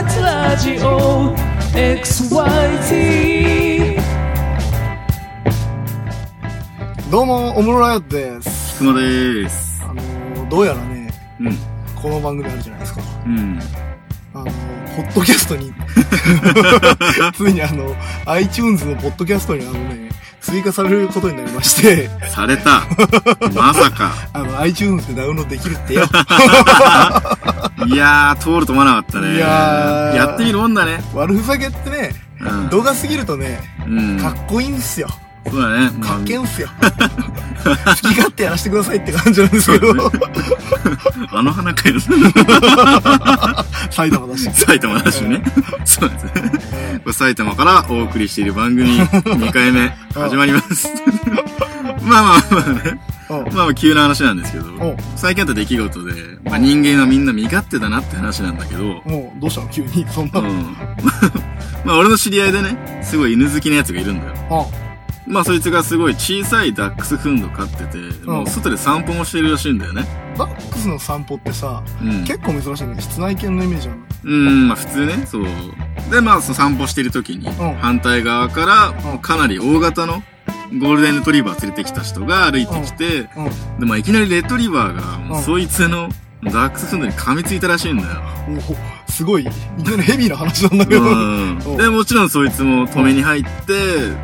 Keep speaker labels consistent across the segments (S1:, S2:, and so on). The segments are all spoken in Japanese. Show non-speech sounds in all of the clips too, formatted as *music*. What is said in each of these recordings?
S1: ジオ XYZ
S2: どうも、おもろライオットです。
S3: 熊でーす。
S2: あのー、どうやらね、
S3: うん。
S2: この番組あるじゃないですか。
S3: うん。
S2: あのー、ポッドキャストに、 *laughs* ついにあの、iTunes のポッドキャストにあのね、追加されることになりまして、 *laughs*
S3: された。まさか。
S2: あの、iTunes でダウンロードできる *laughs* ってよ。
S3: いやー、通ると思わなかったね。
S2: いやー
S3: やってみるもんだね。
S2: 悪ふざけってね、
S3: うん。
S2: 動画すぎるとね、
S3: うん。
S2: かっこいいんすよ。
S3: そうだね。まあ
S2: かっけんすよ。好き勝手やらせてくださいって感じなんですけど、
S3: そうあの *laughs* 花かよ。
S2: *laughs* 埼玉だ *laughs* し。
S3: 埼玉だしね。そうですね。これ埼玉からお送りしている
S2: *laughs*
S3: 番組、2回目、始まります。まあまあまあね。
S2: うん。
S3: まあまあ急な話なんですけど
S2: お、
S3: 最近あった出来事で、まあ人間はみんな身勝手だなって話なんだ *laughs* けど、
S2: もう、どうしたの急に。そん
S3: う
S2: なの。
S3: ん。まあ俺の知り合いでね、すごい犬好きなやつがいるんだよ。
S2: あ、
S3: まあそいつがすごい小さいダックスフンド飼ってて、もう外で散歩もしてるらしいんだよね。
S2: ダックスの散歩ってさ、
S3: うん。
S2: 結構珍しいね。室内犬のイメージある。
S3: うん、まあ普通ね、そう。で、まあその散歩してる時に、
S2: ん
S3: 反対側から、
S2: ん
S3: もうかなり大型のゴールデンレトリバー連れてきた人が歩いてきて、
S2: うんうん
S3: で、まあいきなりレトリバーが、もううんそいつのダックスフンドに噛みついたらしいんだよ。 *laughs*
S2: おすごい、いきなりヘビーな話なんだけど。
S3: うん。で、もちろんそいつも止めに入って、で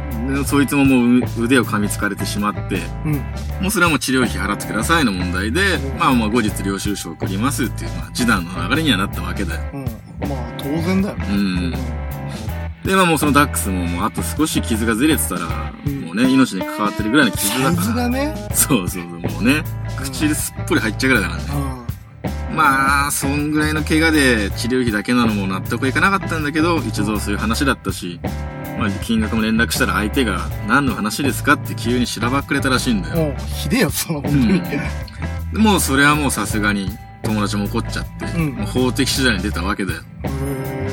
S3: そいつももう腕を噛みつかれてしまって、
S2: うん。
S3: もうそれはもう治療費払ってくださいの問題で
S2: うん、
S3: まあまあ後日領収書を送りますっていう、まあ示談の流れにはなったわけだよ。
S2: うん。まあ、当然だよね。
S3: う
S2: うんん。。
S3: で、まあもうそのダックスももうあと少し傷がずれてたら、
S2: うん
S3: もうね、命に関わってるぐらいの傷
S2: サ
S3: だ
S2: イズ
S3: か
S2: が
S3: ら。
S2: ね。
S3: そうそうそう、もうね、口ですっぽり入っちゃうぐらいだからね。
S2: うん。
S3: まあ、そんぐらいの怪我で治療費だけなのも納得いかなかったんだけど、一度そういう話だったし、まあ金額も連絡したら相手が何の話ですかって急にしらばっくれたらしいんだよ。
S2: もう、ひでえやつだな、本当に。
S3: でもうそれはもうさすがに友達も怒っちゃって、
S2: うん
S3: もう法的手段に出たわけだよ。
S2: うん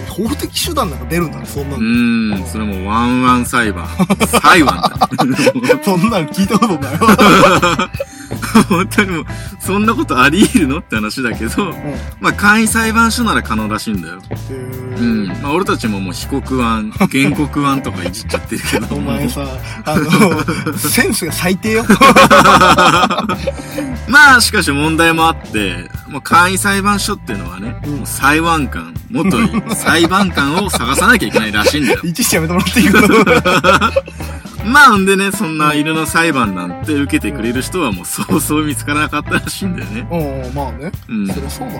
S2: 法的手段なんか出るんだね、そんな
S3: う
S2: の。
S3: ーん、それもうワンワン裁
S2: *laughs*
S3: 判。裁判だ。
S2: そんなん聞いたことないわ。
S3: 本当にもう、そんなことあり得るのって話だけど、
S2: うん。へ
S3: まあ簡易裁判所なら可能らしいんだよ。う
S2: ー
S3: ん。まあ俺たちももう被告案、原告案とかいじっちゃってるけど。
S2: お前さ、あの、センスが最低よ。
S3: まあ、しかし問題もあって、もう簡易裁判所っていうのはね、
S2: うん
S3: もう裁判官、元裁判官を探さなきゃいけないらしいんだよ。
S2: いちいちやめてもらっていいかな。
S3: まあ、んでね、そんな犬の裁判なんて受けてくれる人はもうそうそう見つからなかったらしいんだよね。
S2: うん、まあね。
S3: うん。
S2: そりゃそうだ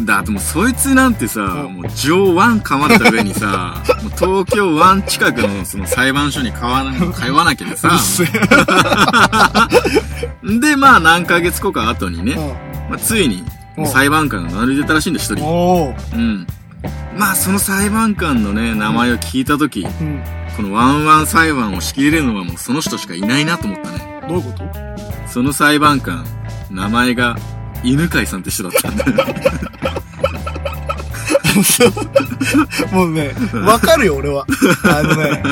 S2: な。
S3: だってもうそいつなんてさ、
S2: うん
S3: もう上腕噛まれた上に
S2: *laughs*
S3: さ、もう東京湾近くのその裁判所に通わな
S2: *laughs*
S3: 通わなきゃで
S2: う
S3: さ
S2: っ、せえ。
S3: でまあ何ヶ月後か後にね、
S2: う
S3: まあ、ついに
S2: うん
S3: 裁判官が名乗り出たらしいんだよ、一
S2: ん。
S3: 人。
S2: おー。
S3: うん。まあその裁判官のね、名前を聞いたとき、
S2: うん。
S3: このワンワン裁判を仕切れるのはもうその人しかいないなと思ったね。
S2: どういうこと
S3: その裁判官、名前が犬飼さんって人だったんだよ。
S2: もうね、わかるよ、俺は。あの
S3: *laughs*
S2: ね、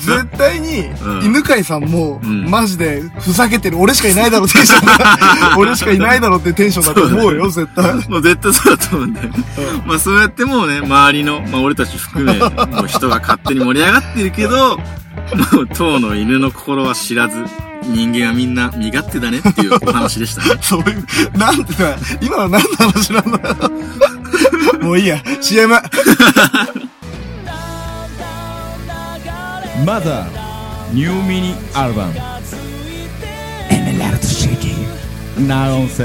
S2: 絶対に
S3: う、ん
S2: 犬飼さんも、
S3: うん
S2: マジで、ふざけてる。俺しかいないだろ、テンション
S3: *laughs*
S2: だ。俺しかいないだろってテンションだと思うよ、絶対。
S3: もう絶対そうだと思うんだよね。まあそうやってもうね、周りの、まあ俺たち含め、もう人が勝手に盛り上がってるけど、もう当の犬の心は知らず、人間はみんな身勝手だねっていうお話でしたね。
S2: そういう、なんてさ、今の何の *laughs* 話なんだもういいや、CM。
S4: マザーニューミニアルバムナウンセ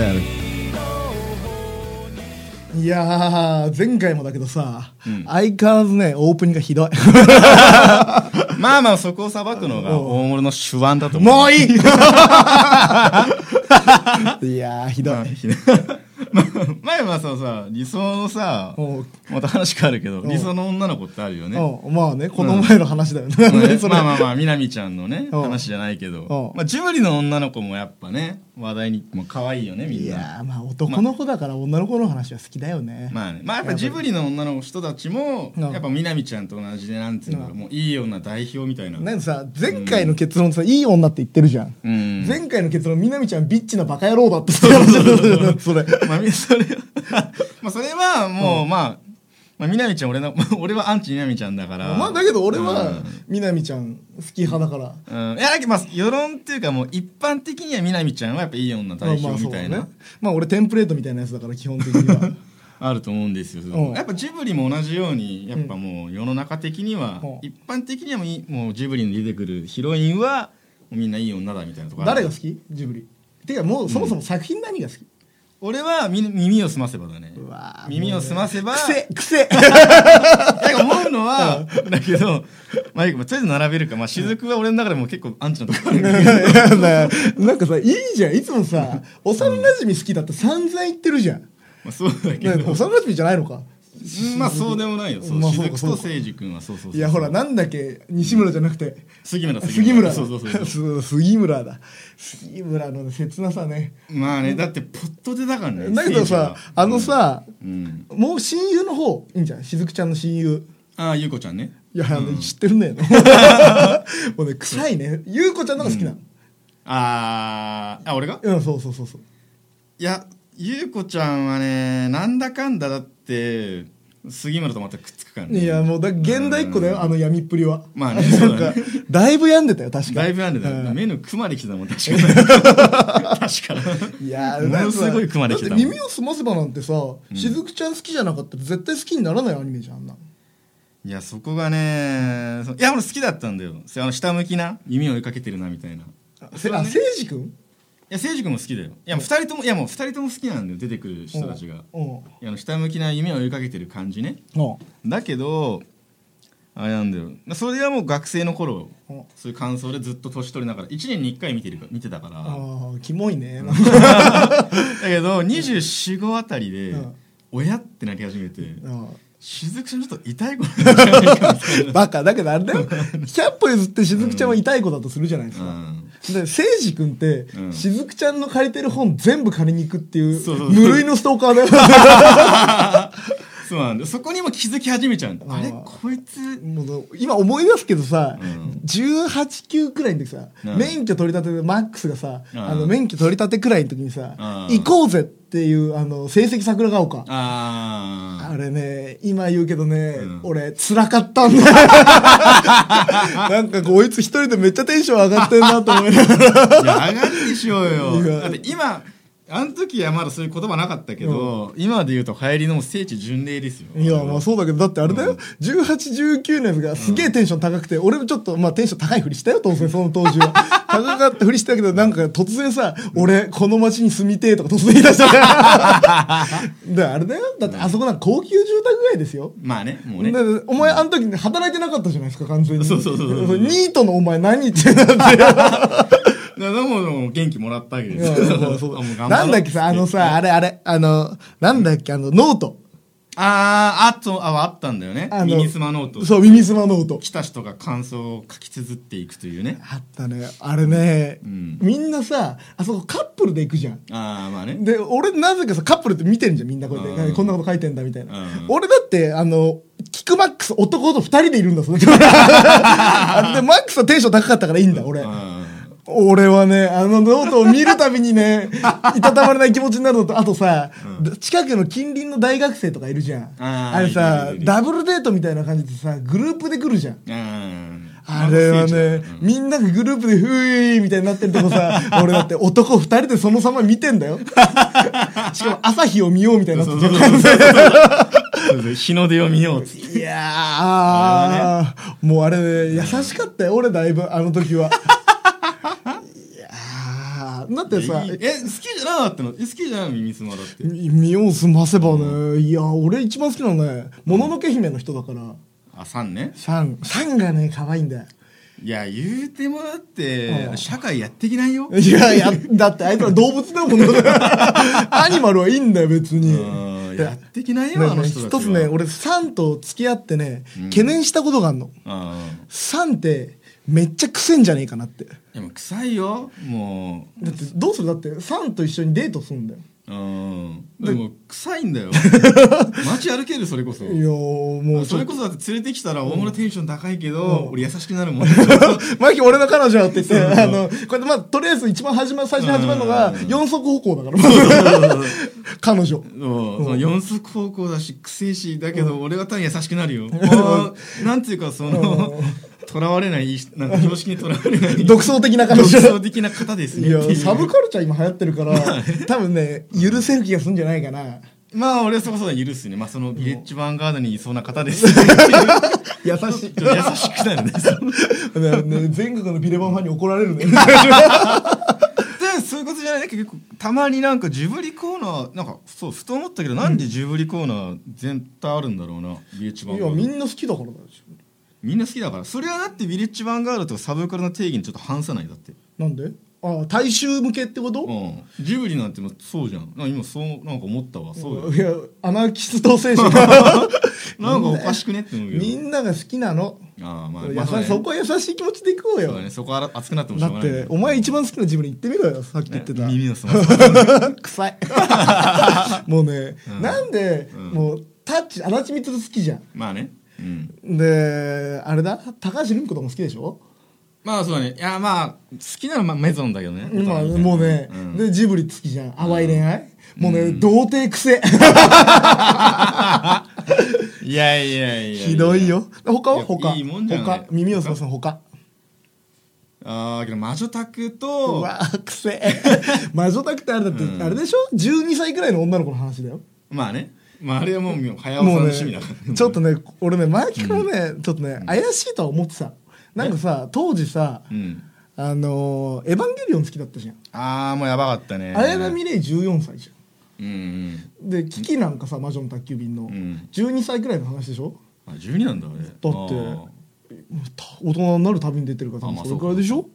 S4: ル
S2: いやー、前回もだけどさ、相変わらずね、オープニングがひどい。 *laughs*
S3: まあまあそこを裁くのが大物の手腕だと
S2: もう
S3: *laughs*
S2: い *laughs* いいやー、ひどい。
S3: 前はささ、理想のさ
S2: もう
S3: また話変わるけど、
S2: 理想
S3: の女の子ってあるよ。
S2: うん、まあね、この前の話だよね。 *laughs* それ
S3: まあまあまあ、みなみちゃんのね、
S2: うん
S3: 話じゃないけど
S2: う、ん
S3: まあ、ジブリの女の子もやっぱね、話題に、もう可愛いよね、み
S2: い
S3: んな。
S2: やーまあ男の子だから女の子の話は好きだよね。
S3: まあね、まあやっぱジブリの女の人たちも、
S2: うん
S3: やっぱみなみちゃんと同じで、なんつうんだろう、もういい女代表みたいな。
S2: なんかさ前回の結論さ、いい女って言ってるじゃん。
S3: うん。
S2: 前回の結論みなみちゃんビッチなバカ野郎だ
S3: *laughs*
S2: って言ってたじゃんそれ。
S3: まあ、みそれは、まあそれはもう、まあ、まあ、みなみちゃん俺の、 *laughs* 俺はアンチみなみちゃんだから。
S2: まあだけど俺
S3: う
S2: は
S3: ん
S2: みなみちゃん好き派だから
S3: うん、いや、だけどまあ、世論っていうかもう、一般的にはみなみちゃんはやっぱいい女
S2: まあ
S3: 代
S2: まあ
S3: 表
S2: そう
S3: みた
S2: だ
S3: い
S2: ね
S3: な、
S2: まあ俺テンプレートみたいなやつだから基本的
S3: *laughs*
S2: には
S3: あると思うんですよ。
S2: うん
S3: やっぱジブリも同じように、やっぱもう世の中的には、
S2: うん
S3: 一般的にはもういもうジブリに出てくるヒロインは、もうみんないい女だみたいなとこある
S2: 誰が好きジブリてかもうそもそも作品何が好き、
S3: 俺はみ耳をすませばだね。
S2: うわー
S3: 耳をすませば、
S2: 癖癖
S3: なんか思うのは、だけど、まあ、いいかまあとりあえず並べるか、まあ、雫は俺の中でも結構アンチなとこあるんだけど、
S2: *laughs* なんかさいいじゃんいつもさ幼なじみ好きだって散々言ってるじゃん、
S3: まあ、そうだけ
S2: ね
S3: ど、
S2: 幼なじみじゃないのか
S3: うんまあそうでもないよ。そう、
S2: まあそうか
S3: 雫と
S2: そうか
S3: 聖司君はそうそうそう。
S2: いやほらなんだっけ西村じゃなくて、
S3: 杉村
S2: 杉村だ
S3: そうそうそう
S2: *laughs*
S3: そ
S2: そう杉村だ杉村の切なさね
S3: う。まあね、だってポットでだからね。
S2: だけどさ
S3: 聖司は
S2: あの、さ、
S3: うん。
S2: もう親友の方いいんじゃんしずくちゃんの親友
S3: ああ、ゆうこちゃんね。
S2: いや、あの知ってるんだ
S3: *laughs*
S2: よねもうね臭いね優子ちゃんの方が好きなの、
S3: ああ、あ、俺が
S2: うん、そうそうそうそう
S3: いや、ゆうこちゃんはね、なんだかんだだって、杉村とまたくっつくからね。
S2: いやもうだ現代っ子だよあの闇っぷりは
S3: まあね、そうだ
S2: なん
S3: ね
S2: か。だいぶ病んでたよ確かに
S3: だいぶあるんだ
S2: う
S3: よ。
S2: ん
S3: 目のクマできてたもん、確
S2: *laughs*
S3: かに。確かに。
S2: いやー
S3: ものすごい熊で来てた
S2: だ
S3: も
S2: っ
S3: ん
S2: て耳をすませばなんてさ、しずくちゃん好きじゃなかったら絶対好きにならないアニメじゃんあんない
S3: や、そこがね、そいや、俺好きだったんだよ。そうあの、下向きな、弓を追いかけてるな、みたいな。い
S2: せ
S3: そうだ
S2: あ
S3: ね
S2: せいじくん
S3: や、誠司君も好きだよ。いや、もう二人とも、いや、もう二人とも好きなんだよ、出てくる人たちが。い
S2: うんうん
S3: や、あの、下向きな弓を追いかけてる感じね。だけど、あれなんだよ。それはもう学生の頃
S2: うん、
S3: そういう感想でずっと年取りながら、1年に1回見てるか見てたから。
S2: ああキモいね
S3: だけど、24、5あたりで
S2: うん、
S3: 親って泣き始めて、
S2: うん
S3: しずくちゃんちょっと痛いことなんじゃないかみたいな。
S2: バカだけどあれだよ100歩譲ってしずくちゃんは痛い子だとするじゃないです
S3: う
S2: か、
S3: ん
S2: でせいじくんって、
S3: うん
S2: しずくちゃんの借りてる本全部借りに行くっていう
S3: そうそうそう
S2: 無類のストーカーだよ
S3: そうなんだそこにも気づき始めちゃうんだ
S2: あー
S3: あれこいつ
S2: もう今思い出すけどさ、
S3: うん
S2: 189くらいの時さ、
S3: うん
S2: 免許取り立てでマックスがさ、
S3: うん
S2: あの免許取り立てくらいの時にさ、
S3: うん
S2: 行こうぜっていうあの成績桜ヶ丘
S3: あ
S2: あれね今言うけどね、
S3: うん
S2: 俺辛かったんだ *laughs* なんかこいつ一人でめっちゃテンション上がってんなと思いながら
S3: あいや上がるでしょうよ
S2: いや
S3: だって今あの時はまだそういう言葉なかったけど、今で言うと流行りの聖地巡礼ですよ
S2: いやまあそうだけどだってあれだよ、1819年がすげえテンション高くて、俺もちょっとまあテンション高いふりしたよ当然その当時
S3: *laughs*
S2: は高かったふりしたけどなんか突然さ「俺この町に住みてえ」とか突然言い出した
S3: *laughs*
S2: からであれだよだってあそこなんか高級住宅街ですよ
S3: まあねもうね
S2: だからお前あの時に働いてなかったじゃないですか完全に
S3: そうそうそうそう
S2: ニートのお前何言って
S3: *laughs*
S2: なって
S3: だからもうもう元気もらったわけ
S2: い
S3: で
S2: や
S3: すよ
S2: そうそう
S3: あもう頑張ろう
S2: なんだっけさあのさあれあれあのなんだっけあのノート
S3: あーあとああったんだよね
S2: あの
S3: ミニスマノート
S2: そう耳すまノート
S3: 来た人が感想を書き綴っていくというね
S2: あったねあれね、
S3: ん
S2: みんなさあそこカップルで行くじゃん
S3: ああまあね
S2: で俺なぜかさカップルって見てるじゃんみんなこうやって、
S3: うん
S2: こんなこと書いてんだみたいな、
S3: うん
S2: 俺だってあのキックマックス男と二人でいるん
S3: *laughs*
S2: だその時あでマックスはテンション高かったからいいんだ俺、
S3: あー
S2: 俺はね、あのノートを見るたびに
S3: *laughs*
S2: ね、いたたまれない気持ちになるのと、あとさ、近くの近隣の大学生とかいるじゃん。
S3: あ
S2: あ
S3: ー
S2: れ
S3: いる
S2: さ
S3: いるい、る
S2: ダブルデートみたいな感じでさ、グループで来るじゃん。
S3: あー
S2: あれは
S3: 聖地だ
S2: ね、みんながグループで、ふーいみたいになってるとこ *laughs* さ、俺だって男二人でその様見てんだ *laughs* よ。しかも朝日を見ようみたいになってる
S3: そうそう日の出を見ようっつって
S2: いやー、もうあれね、優しかったよ、俺だいぶ、あの時 *laughs* は。いやー、だってさ、
S3: え、好きじゃなかったのえ好きじゃないのミミスマだって。
S2: み身を済ませばね、いや、俺一番好きなのね、もののけ姫の人だから、
S3: あ、さんね。
S2: サン、サンがね、可愛いんだよ。
S3: いや、言うてもだって
S2: う、ん
S3: 社会やっていけないよ。
S2: いや、いや、だってあいつら動物だ
S3: *laughs*
S2: もんね。アニマルはいいんだよ、別に。
S3: うん
S2: で
S3: やっていけない
S2: ね
S3: よ、あの人たちは。
S2: 一つね、俺、サンと付き合ってね、懸念したことがあるの。
S3: うん。
S2: サンって、めっちゃ癖んじゃねえかなって。
S3: でも臭いよ、も
S2: だって、どうするだって、サンと一緒にデートするんだよ。
S3: う。うんでも臭いん *laughs* だよ街歩けるそれこそ
S2: いやーもう
S3: それこそだって連れてきたら大村テンション高いけど、俺優しくなるもん *laughs*
S2: マキ俺の彼女はって言って、あの、こうやってまあ、とりあえず一番始まる、最初に始まるのが、四足歩行だから。
S3: *laughs*
S2: 彼女。
S3: そうその四足歩行だし、くせえし、だけど俺は単に優しくなるよ。あーなんていうか、その、とらわれない、なんか常識にとらわれない、
S2: 独創的な彼
S3: 独創
S2: 女。
S3: 的な方ですね
S2: い
S3: っていう
S2: や、サブカルチャー今流行ってる
S3: *laughs*
S2: から、多分ね、許せる気がするんじゃないかな。
S3: まあ俺はそこそこ許すね。まあそのビレッジヴァンガードにいそうな方ですね *laughs* っていう。
S2: 優しい
S3: ち。ょっと優しくなるね。そ
S2: *laughs*
S3: の
S2: ね全国のビレバンファンに怒られる
S3: *laughs*
S2: ね。
S3: でそういうことじゃないね結構たまになんかジブリコーナーなんかそうふと思ったけどなんでジブリコーナー全体あるんだろうなビレッジヴァン
S2: い
S3: ガ
S2: や、
S3: ード
S2: みんな好きだからだよ。
S3: みんな好きだからそれはだってビレッジヴァンガードとかサブカルの定義にちょっと反さないだって
S2: なんであ、大衆向けってこと
S3: うんジブリなんてもうそうじゃんなんか今そうなんか思ったわそうだよ
S2: いや、アナキスト精神。み
S3: なんかおかしくねって思うけど
S2: んなが好きなの。
S3: ああまあ
S2: 優
S3: まあ
S2: しそこは優しい気持ちでいこう
S3: そう
S2: よ
S3: だ。ねそこは熱くなってもし
S2: だ
S3: ょうが
S2: っ
S3: ない
S2: てお前一番好きな自分に言ってみろよさっき言ってた、
S3: 耳のすまさ
S2: 臭い *laughs* もうね、なんで、
S3: ん
S2: もうタッチ足立みつ好きじゃん
S3: まあねうん
S2: であれだ高橋留美子とかも好きでしょ
S3: まあそうだねいやまあ好きなのはまあメゾンだけどね
S2: 今もうね、
S3: ん
S2: でジブリ好きじゃん淡い恋愛、もうね、童貞癖
S3: いやいやいや
S2: ひどいよ他
S3: い
S2: は
S3: や
S2: 他
S3: いいもんじゃない
S2: 他耳をすません他
S3: ああけど魔女宅
S2: う
S3: と
S2: わくせ *laughs* 魔女宅ってあれだって、あれでしょ12歳ぐらいの女の子の話だよ
S3: まあねまああれはもう早尾さんの
S2: もうね
S3: 趣味だから、
S2: ちょっとね、俺ね、前木君もね、ちょっとね、怪しいとは思ってた。なんかさ、当時さ、
S3: うん
S2: あのー、エヴァンゲリオン好きだったじゃん。
S3: ああもうやばかったね
S2: 綾波レイ14歳じゃ
S3: うんうん
S2: ん。で、キキなんかさ、魔女の宅急便の
S3: ん、
S2: 12歳くらいの話でしょ
S3: あ12なんだあれだ
S2: だって、た大人になる旅に出てるから、多
S3: あ
S2: 分
S3: まあ
S2: それくらいでしょっ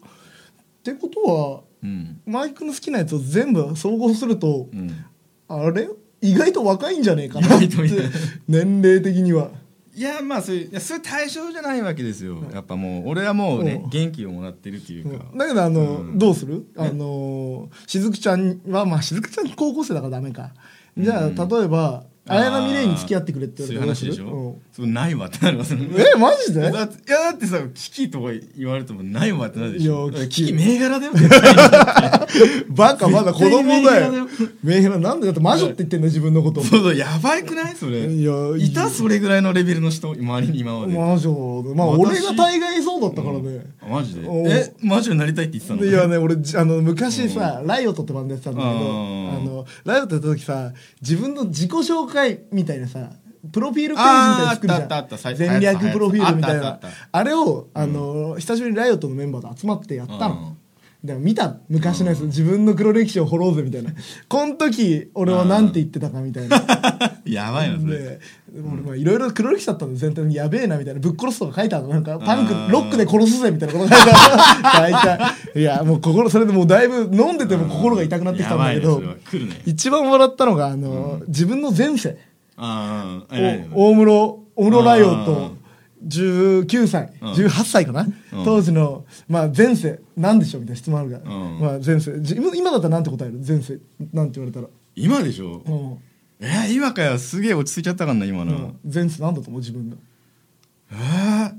S2: てことは、
S3: うん
S2: 前木君の好きなやつを全部総合すると
S3: う、ん
S2: あれ意外と若いんじゃねえかなって
S3: 意外とね、
S2: 年齢的には。
S3: いやまあそういういやそういう対象じゃないわけですよやっぱもう俺はもうね
S2: うん
S3: 元気をもらってるっていうか
S2: だけどあの、
S3: うん
S2: どうするあのしずくちゃんはまあしずくちゃん高校生だからダメかじゃあ、例えば綾波レイに付き合ってくれって
S3: そうい
S2: 言
S3: う
S2: われたらど
S3: 話で
S2: う
S3: し
S2: する
S3: ょそうないわってなるわそ
S2: う
S3: の
S2: んえマジで
S3: だっていやだってさキキとか言われてもないわってなるでしょ
S2: いや
S3: だから
S2: キ
S3: キ
S2: キ
S3: キ銘柄 *laughs* だよ絶対に
S2: バカまだ子供
S3: 絶
S2: だ
S3: 対メンヘラ
S2: よ
S3: だよ
S2: メンヘラなんでだって魔女って言ってんだ自分のこと
S3: そうそう、やばいくないそれ。
S2: いや
S3: いたそれぐらいのレベルの人、周りに今まで。
S2: 魔女まあ
S3: 私
S2: 俺が大概そうだったからね、
S3: あマジで
S2: おう
S3: え、魔女になりたいって言ってたの
S2: いやね、俺、じあの、昔さ、ライオットってバンドやってたんだけど、あ
S3: うん
S2: の、ライオットやった時さ、自分の自己紹介みたいなさ、プロフィールページみたいなの作るじゃん
S3: あーあったあったあった最
S2: 全略プロフィールみたいな
S3: あったあったあった
S2: あれをあの久しぶりにライオットのメンバーで集まってやったの、で見た昔のやつ自分の黒歴史を掘ろうぜみたいなこの時俺はなんて言ってたかみたい
S3: *laughs*
S2: な
S3: やばいな、それ。
S2: で俺まあいろいろ黒歴史だったんで全体的にやべえなみたいなぶっ殺すとか書いてあるのなんかパンク
S3: あー
S2: ロックで殺すぜみたいなこと書いてある *laughs* 大体いやもう心それでもうだいぶ飲んでても心が痛くなってきたんだけ
S3: や
S2: ど
S3: ばいねそれは来るね
S2: 一番笑ったのがあの、自分の前世
S3: ああ、あ
S2: お大室大室ライオン
S3: あ
S2: と
S3: ー
S2: 19歳、
S3: うん
S2: 18歳かな、当時の、まあ、前世なんでしょうみたいな質問あるから、
S3: うん
S2: まあ、前世じ今今だったらなんて答える前世なんて言われたら、
S3: 今でしょ
S2: うん
S3: え、今かよ。すげえ落ち着いちゃったかんな、今
S2: う
S3: な。
S2: ん前世なんだと思う自分が。
S3: えー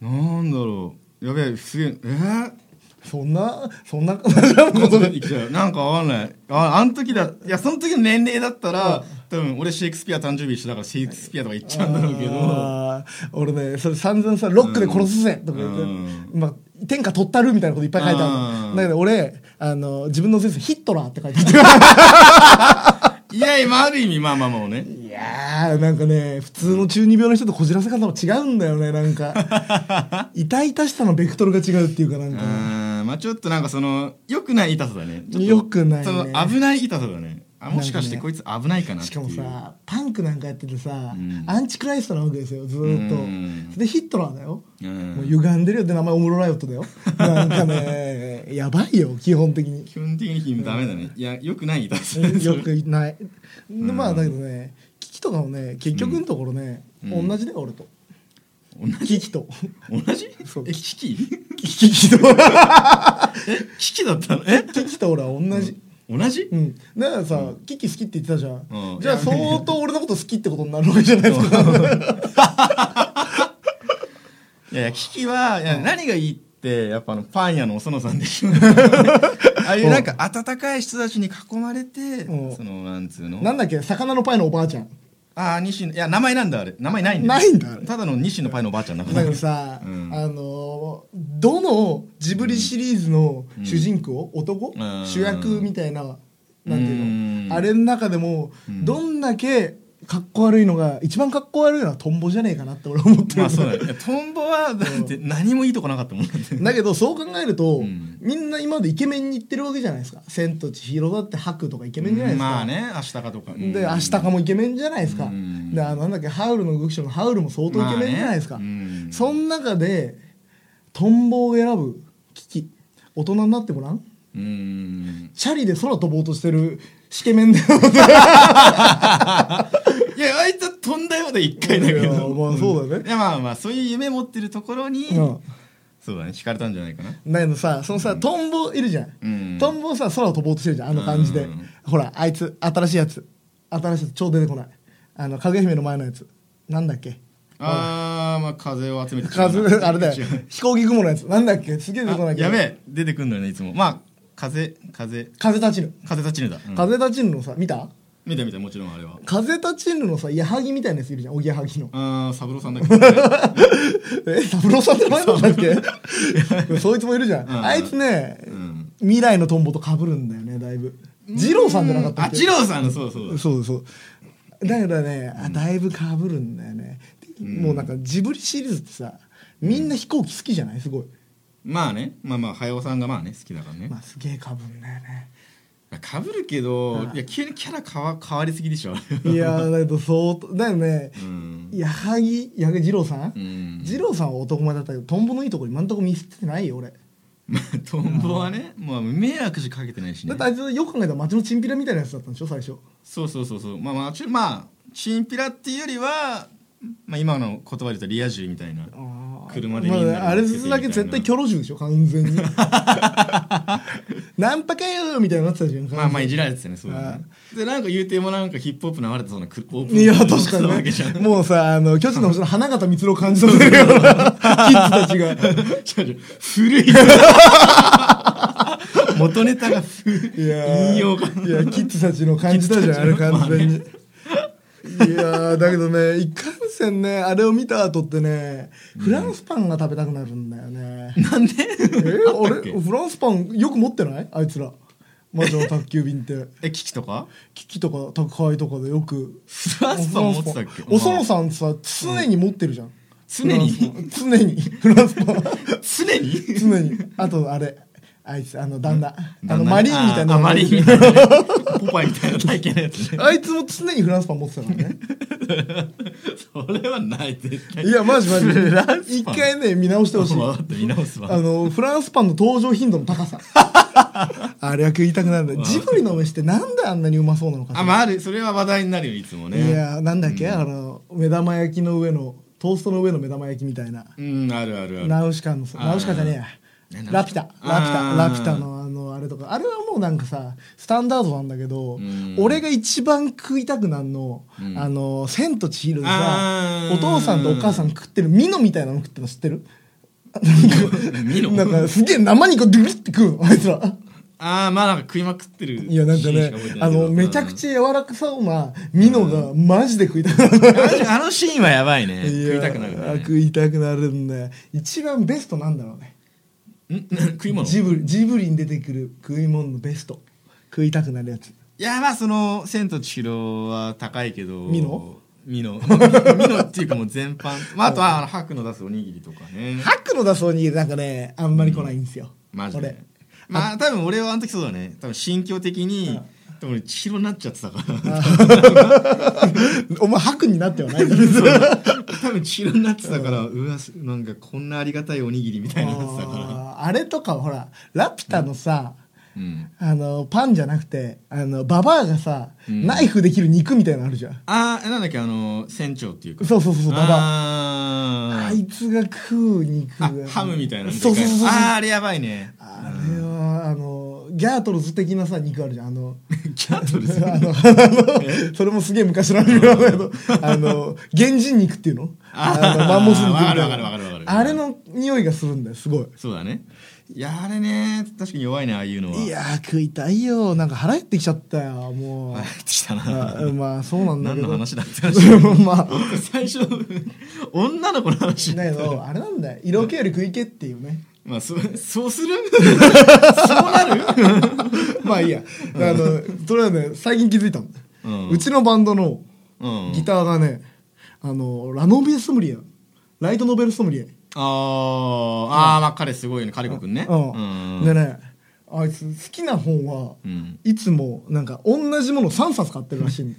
S3: なんだろう。やべえ、すげえ、えー
S2: *laughs* そんな、そんなことで。
S3: なんかわかんないああの時だいやその時の年齢だったら多分俺シェイクスピア誕生日一緒だからシェイクスピアとか言っちゃうんだろうけど
S2: あー俺ね、それ散々さ、ロックで殺すぜとか言って、
S3: う
S2: まあ、天下取ったるみたいなこといっぱい書いてある
S3: う
S2: の。
S3: ん
S2: だけど俺、あの、自分の先生、ヒットラーって書いて
S3: *laughs*
S2: あ
S3: いや今ある意味まあまあまあね
S2: る。いやー、なんかね、普通の中二病の人とこじらせ方も違うんだよね、なん
S3: *laughs*
S2: か。痛々しさのベクトルが違うっていうか、なんかね、
S3: あーまあちょっとなんかその良くない痛さだねちょっと
S2: 良くないね
S3: その危ない痛さだねあもしかし
S2: な
S3: て
S2: ん
S3: こ
S2: か
S3: いつ危ないかなっ
S2: して
S3: い
S2: か
S3: う
S2: もさ、パンクなんかやっててさ、
S3: ん
S2: アンチクライストなわけですよ、ずーっと。
S3: うん
S2: で、ヒットラーだよ。
S3: うん
S2: もう歪んでるよって名前オムロライオットだ *laughs* よ。なんかね、やばいよ、基本的 *laughs* に。
S3: 基本的にダメだねいや良くない痛さ
S2: よくない。でまあ、だけどね、キキとかもね、結局のところね、同じだよ、俺と。
S3: 同
S2: キ
S3: じ
S2: キ *laughs* と。
S3: 同じ
S2: そう
S3: え危機
S2: *laughs* キキと。
S3: 危機だったのえ
S2: キキと俺は同じ。
S3: 同じ
S2: うん、だからさ、キキ好きって言ってたじゃん、
S3: うん
S2: じゃあ相当俺のこと好きってことになるわけじゃないですか、
S3: いやいやキキはいや何がいいってやっぱあのパン屋のお園さ
S2: *laughs*
S3: んでしょああいうなんか温かい人たちに囲まれて
S2: うん
S3: そのなんつうの
S2: なんだっけ魚のパイのおばあちゃん
S3: ああ西野いや名前なんだあれ名前ないんだよ
S2: ないんだあれ
S3: ただの西野パイのおばあちゃんだから
S2: だからさ、
S3: うん
S2: あのーどのジブリシリーズの主人公、男、
S3: うん
S2: 主役みたいななんていううんのあれの中でも、どんだけかっこ悪いのが一番かっこ悪いのはトンボじゃねえかなって俺は思ってる、
S3: まあそうだねいやトンボはだって何もいいとこなかったもんだっ
S2: *laughs*
S3: て
S2: だけどそう考えると、
S3: ん
S2: みんな今までイケメンに行ってるわけじゃないですか「千と千尋」だって「白」とかイケメンじゃないですか、
S3: まあね明日かとかうん
S2: で明日かもイケメンじゃないですか、
S3: うん
S2: であのなんだっけハウルの動き書のハウルも相当イケメンじゃないですか、
S3: まあねうん
S2: その中でトンボを選ぶ危機大人になってごらん
S3: うん
S2: チャリで空飛ぼうとしてるシケメンだよ
S3: いやあいつは飛んだようで一回だけ
S2: いや
S3: *laughs* ど
S2: まあそうだね
S3: いやまあまあそういう夢持ってるところに
S2: うん
S3: そうだね惹かれたんじゃないかな
S2: だけどさそのさトンボいるじゃん、
S3: うん
S2: トンボさ空を飛ぼうとしてるじゃんあの感じで、
S3: うん
S2: ほらあいつ新しいやつ新しいやつ超出てこないあのかぐや姫の前のやつなんだっけ
S3: あーまあ風を集めて
S2: 風あれだ
S3: 違
S2: よ
S3: う
S2: 飛行機雲のやつなんだっけすげえ出てこない
S3: あ
S2: けど
S3: やべえ出てくんのよねいつもまあ風風
S2: 風立ちぬ
S3: 風立ちぬだ、うん
S2: 風立ちぬのさ見た
S3: 見た見たもちろんあれは
S2: 風立ちぬのさ矢作みたいなやついるじゃんおぎやはぎの
S3: あー三郎さんだけ
S2: *laughs*
S3: ど、ね、
S2: え三郎さんって前なんだっ
S3: *laughs*
S2: けそいつもいるじゃん、
S3: うん
S2: あいつね、
S3: うん
S2: 未来のトンボと被るんだよねだいぶ二郎さんじゃなかった
S3: あ
S2: っけ
S3: 二郎さんのそうそうだ
S2: そうそうだけどね、あだいぶ被るんだよね、もうなんかジブリシリーズってさみんな飛行機好きじゃないすごい、
S3: まあねまあまあ早尾さんがまあね好きだからね、
S2: まあすげえ被るんだよね
S3: かぶるけどいや急にキャラ変わ変わりすぎでしょ
S2: いやーだけど相当だよね、
S3: *laughs* うん
S2: 矢作矢作二郎さん、
S3: うん
S2: 二郎さんは男前だったけどトンボのいいとこ今んとこ見せてないよ俺
S3: まあトンボはねまあ迷惑しかけてないし
S2: だ
S3: ね
S2: ってあいつよく考えたら街のチンピラみたいなやつだったんでしょ最初
S3: そうそうそうそうまあまあちょまあチンピラっていうよりはまあ今の言葉で言うとリア充みたいな車でみんなで乗っててみたいな
S2: まあ、あれだけ絶対キョロ銃でしょ完全
S3: *laughs*
S2: にナンパかよーみたいになってたじゃん
S3: まあまあいじられてたねそう
S2: あ
S3: だねでなんか言うてもなんかヒップホップ流れてそうなクオープン
S2: いや確か
S3: なわ
S2: に
S3: けじゃん *laughs*
S2: ねもうさあの巨人の星の花形光郎を感じさせるようなキッズたちが
S3: 違う違う
S2: *laughs*
S3: 古い *laughs* 元ネタが古い
S2: いやー
S3: 引用が
S2: いやキッズたちの感じたじゃんあれ
S3: キッズたちの
S2: 完全に、いやーだけどねいかんせんねあれを見た後ってねフランスパンが食べたくなるんだよね、
S3: なんで
S2: えー、
S3: っけ
S2: あれフランスパンよく持ってないあいつら魔女の宅急便って
S3: *laughs* え危機とか
S2: キキとか宅配とかでよく
S3: フランスパン持ってたっけ
S2: おそのさんさ常に持ってるじゃん、
S3: 常に
S2: フランスパン常にフランスパン
S3: 常に
S2: 常にあとあれあいつあの旦那、 *laughs* あ
S3: 旦
S2: の
S3: 那ね
S2: マリーンみたいな
S3: あーあマリーンみたいなねポパイみたいな体型の
S2: *laughs*
S3: やつね
S2: あいつも常にフランスパン持ってたから
S3: *laughs*
S2: ね
S3: それはない絶対
S2: いやマジマジ
S3: フランスパン
S2: 一回ね見直してほしい
S3: 分かった見直す
S2: あ
S3: わ
S2: のフランスパンの登場頻度の
S3: *laughs*
S2: 高さあれは食いたくなるんだよジブリの飯ってなんであんなにうまそうなのかしら
S3: あまああるそれは話題になるよいつもね
S2: いやなんだっけ、あの目玉焼きの上のトーストの上の目玉焼きみたいな、
S3: うんあるあるある
S2: ナウシカのさ
S3: あー
S2: ナウシカじゃねえや
S3: ね
S2: ラピュタラピュ
S3: あー
S2: タラピュタのあのあれとかあれはもうなんかさスタンダードなんだけど
S3: ん
S2: 俺が一番食いたくなんの「あの千と千尋」でさ
S3: あー
S2: お父さんとお母さん食ってるミノみたいなの食ってるの知ってる
S3: ミノ
S2: なんかすげえ生肉ドゥルって食うのあいつら。
S3: ああまあなんか食いまくってる
S2: いやなんか
S3: シーン
S2: ね
S3: しか覚えてな
S2: あ
S3: いけど
S2: のめちゃくちゃ柔らかそうなミノがマジで食いたくなる。
S3: うんあのあのシーンはやばいね
S2: いや
S3: 食いたくなるね
S2: 食いたくなるんだよ一番ベストなんだろうね
S3: ん *laughs* 食い物
S2: ジブリジブリに出てくる食い物のベスト食いたくなるやつ
S3: いやまあその「千と千尋」は高いけど
S2: ミノ
S3: ミノ *laughs* ミノっていうかもう全
S2: *laughs*
S3: 般まああとはあの白の出すおにぎりとかね
S2: ハックの出そうになんかねあんまり来ないんですよ、
S3: マジ
S2: 俺
S3: でまあ多分俺はあの時そうだね多分心境的に多分俺千尋になっちゃってたから *laughs*
S2: お前ハックになっては
S3: *laughs*
S2: ない
S3: 多分千尋になってたからうわなんかこんなありがたいおにぎりみたいになってたから
S2: あーあれとかほらラピュタのさ、
S3: うん
S2: あのパンじゃなくてあのババアがさ、ナイフできる肉みたいなのあるじゃん
S3: ああなんだっけあの船長っていうか
S2: そうそうそうそうババア
S3: あ
S2: あ
S3: ー
S2: いつが食う肉
S3: あ
S2: が
S3: ハムみたいなの
S2: そうそうそうそう
S3: あーあれやばいね *laughs*
S2: あれは、あの、ギャートルズ的なさ肉あるじゃんあの
S3: キャットです
S2: あのあのそれもすげえ昔のアニメなんだけどあの原人肉っていうのあのマンモス肉みたいな
S3: わかるわかるわかるわかる
S2: あれの匂いがするんだよすごい
S3: そうだねいやあれね確かに弱いねああいうのはい *laughs*
S2: やー食いたいよなんか腹減ってきちゃったよもう
S3: 入ってきた
S2: あ
S3: な
S2: まあそうなんだけ
S3: 何
S2: ど
S3: の話だって話
S2: *laughs* まあ
S3: 最初女の子の話
S2: だけどあれなんだよ色気より食い気っていうね *laughs*
S3: まあそそうする
S2: まあいいやあのそれはね最近気づいたんだよ、
S3: う
S2: うんちのバンドの
S3: うん
S2: ギターがね、あのラノベソムリエライトノベルソムリエ、
S3: あーあーまあ彼すごいよねカリコくんね
S2: うん
S3: うん
S2: でねあいつ好きな本は、
S3: うん
S2: いつもなんか同じもの3冊買ってるらしいんだよ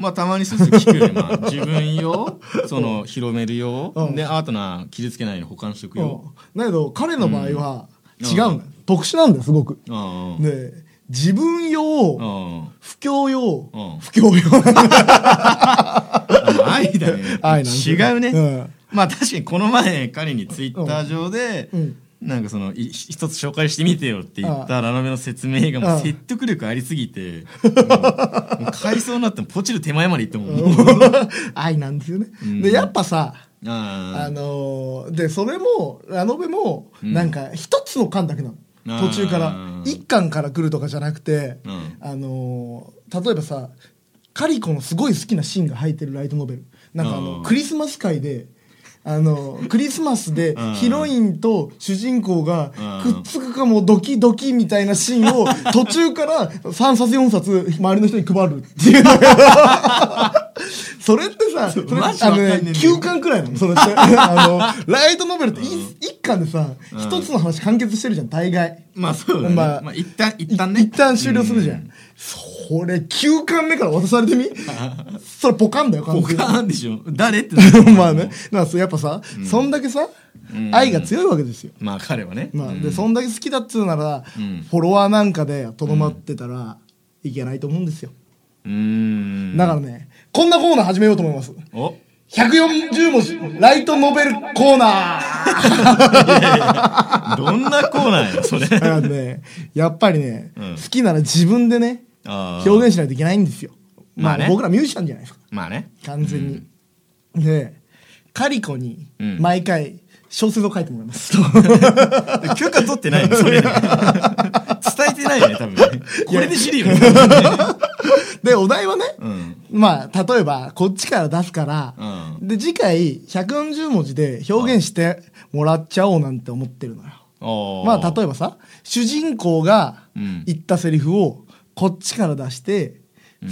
S3: まあたまにすす聞くよね、まあ、自分
S2: *laughs*
S3: 用その広める用
S2: うん
S3: でアートな傷つけないように保管しとくよ
S2: うんだけど彼の場合は
S3: うん
S2: 違うんだよ、特殊なんだよすごく、
S3: うんうん
S2: で自分
S3: う
S2: 用
S3: ん
S2: 不況用、
S3: うん
S2: 不況用
S3: 愛だね
S2: 愛なんだ
S3: 違
S2: よ
S3: うね、
S2: うん
S3: まあ確かにこの前彼にツイッター上で、
S2: うん
S3: なんかそのい一つ紹介してみてよって言ったラノベの説明が
S2: あ
S3: もう
S2: あ
S3: 説得力ありすぎて、もうもう買いそうになってもポチる手前まで行ってももう
S2: *laughs* 愛なんですよね、
S3: ん
S2: でやっぱさあ
S3: あ
S2: のーでそれもラノベも
S3: うん
S2: なんか一つの巻だけなの、
S3: あー
S2: 途中から一巻から来るとかじゃなくて、
S3: うん
S2: あのー例えばさカリコのすごい好きなシーンが入ってるライトノベルなんかあ
S3: あ
S2: の
S3: ー
S2: クリスマス会で。あのクリスマスで
S3: うん
S2: ヒロインと主人公が
S3: うん
S2: くっつくかもドキドキみたいなシーン
S3: *laughs*
S2: を途中から3冊4冊周りの人に配るっていうのが *laughs* それってさそれ
S3: マジ
S2: あの
S3: わかんねえんだ
S2: ね
S3: よ
S2: 9巻くらいなのそ
S3: *laughs*
S2: れってあのライトノベルって一一巻でさ
S3: うん
S2: 一つの話完結してるじゃん大概
S3: まあそうだね、
S2: ま
S3: ま
S2: あ
S3: あ、一旦一旦ね
S2: い一旦終了するじゃんそれ9巻目から渡されてみ
S3: *laughs*
S2: それポカンだよ完
S3: ポ
S2: 全に
S3: カーンでしょ誰ってなる
S2: *laughs* まあねなんかそうやっぱさそんだけさ
S3: うん
S2: 愛が強いわけですよ
S3: まあ彼はね、
S2: まあでそんだけ好きだっつうなら
S3: うん
S2: フォロワーなんかでとどまってたらいけないと思うんですよ
S3: うーん
S2: だからねこんなコーナー始めようと思います
S3: お
S2: 140文字ライトノベルコーナー
S3: どんなコーナー
S2: *laughs*
S3: よそれ
S2: だからね、やっぱりね、
S3: うん
S2: 好きなら自分でね、
S3: あー
S2: 表現しないといけないんですよ。ま
S3: ま
S2: あ、
S3: あね
S2: 僕らミュージシャンじゃないですか。
S3: まあね
S2: 完全に。で、カリコに
S3: うん
S2: 毎回小説を書いてもらいます。
S3: *laughs* 許可取ってないよそ *laughs* れ伝えてないよね多分ね *laughs* これで知りよね
S2: で、お題はね、
S3: うん
S2: まあ、例えば、こっちから出すから、
S3: う
S2: で、次回、140文字で表現してもらっちゃおうなんて思ってるのよ。
S3: おー
S2: まあ、例えばさ、主人公が
S3: うん
S2: 言ったセリフをこっちから出して、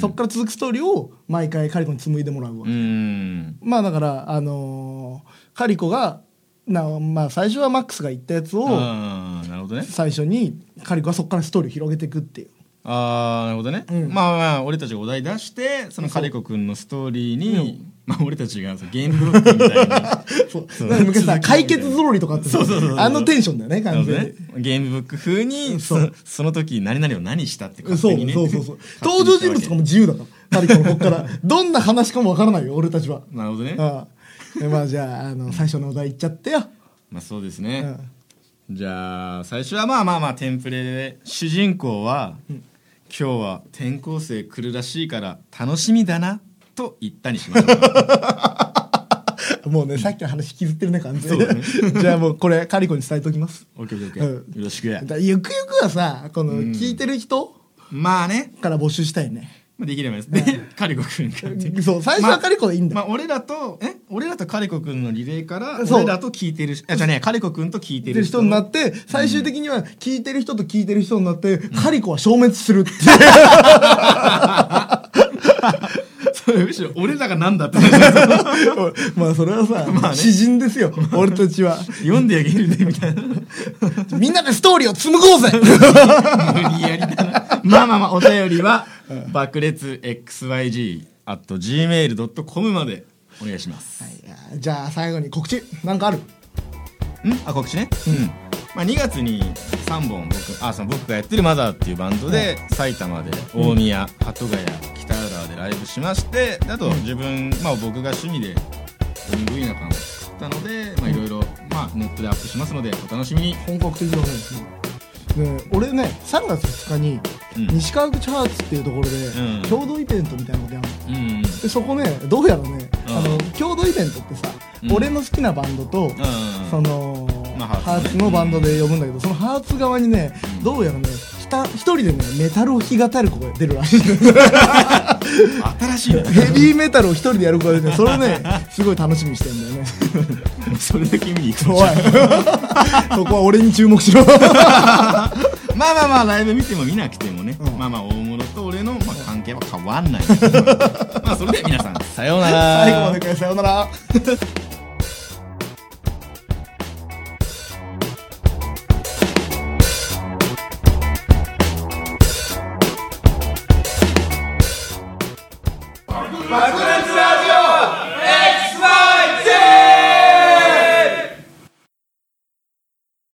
S2: そっから続くストーリーを毎回カリコに紡いでもらうわ
S3: うーん
S2: まあだからあのーカリコがなまあ最初はマックスが言ったやつを
S3: あーなるほどね
S2: 最初にカリコがそこからストーリーを広げていくっていう
S3: あーなるほどね、
S2: うん
S3: まあまあ俺たちがお題出してそのカレコ君のストーリーに、まあ俺たちが *laughs* そうゲームブロックみたいな
S2: そうなんか昔さ解決ぞろりとかあってさ
S3: そうそうそうそう
S2: あのテンションだよね
S3: なる
S2: 完
S3: ほど
S2: 全
S3: ね
S2: に。
S3: ゲームブック風に
S2: そ
S3: そうその時何々を何したって
S2: そう
S3: 勝
S2: そ
S3: 手に
S2: う
S3: ね
S2: そうそう
S3: 勝
S2: 登場
S3: 手
S2: 人
S3: に言
S2: 物
S3: っ
S2: とかも自由だからカ
S3: たわ
S2: リコのここからどんな話かもわからないよ俺たちは
S3: けなるほどね
S2: ああでまあじゃああの最初のお題いっちゃってよ、
S3: まあそうです
S2: う
S3: ね、
S2: ん、
S3: じゃあ最初はまあまあまあテンプレで主人公は、今日は転校生来るらしいから楽しみだなと言ったにしましょ
S2: *laughs*
S3: う
S2: もうねさっきの話引きずってるね完全
S3: そうだね
S2: に *laughs* じゃあもうこれカリコに伝えておきます
S3: オッケーオッケーオッケー
S2: うん
S3: よろしくや
S2: だからゆくゆくはさこの聞いてる人
S3: まあね
S2: から募集したいね、
S3: まあできればですでカリコくんからって
S2: そう最初はカリコでいいんだよ、
S3: まあ俺らとえ俺らとカリコくんのリレーから
S2: そう
S3: 俺らと聞いてるあじゃあねカリコくんと聞いて
S2: って
S3: る
S2: 人になって最終的には聞いてる人と聞いてる人になって、カリコは消滅するって
S3: それむしろ俺らがなんだって読
S2: *laughs* まあそれはさ、
S3: まあね
S2: 詩人ですよ俺たちは
S3: んであげるねみたいな
S2: みんなでストーリーを紡ごうぜ
S3: 無理やりだなまあまあまあお便りは爆裂 XYG at gmail.com までお願いします
S2: いやじゃあ最後に告知なんかある
S3: んあ告知ねうんまあ、2月に3本僕あその僕がやってるマザーっていうバンドで埼玉で大宮鳩ヶ谷北浦和でライブしましてであと自分、まあ、僕が趣味で MV なんかも作ったのでまあいろいろまあネットでアップしますのでお楽しみに
S2: 本格的なお話ですねね俺ね3月2日に
S3: うん
S2: 西川口ハーツっていうところ
S3: うん
S2: で共同イベントみたいなことやるの
S3: うんうん
S2: でそこねどうやらね
S3: うん
S2: あの共同イベントってさ
S3: うん
S2: 俺の好きなバンドとその
S3: まあ
S2: ハ
S3: ハーツね
S2: ーツのバンドで呼ぶんだけどそのハーツ側にねどうやらねひた一人でねメタルを弾き語る子が出るら *laughs* しい
S3: 新 *laughs* しいね
S2: ヘビーメタルを一人でやる子が出てそれを *laughs* ねすごい楽しみにしてんだよね
S3: それだけ見に行く
S2: おい *laughs* そこは俺に注目しろ *laughs*
S3: *laughs* まあまあまあライブ見ても見なくてもね、
S2: うん
S3: まあまあ大物と俺の、まあ、関係は変わ
S2: *laughs*
S3: んないまあそれでは皆さんさようなら
S2: 最後までくださいさようなら
S3: バズれ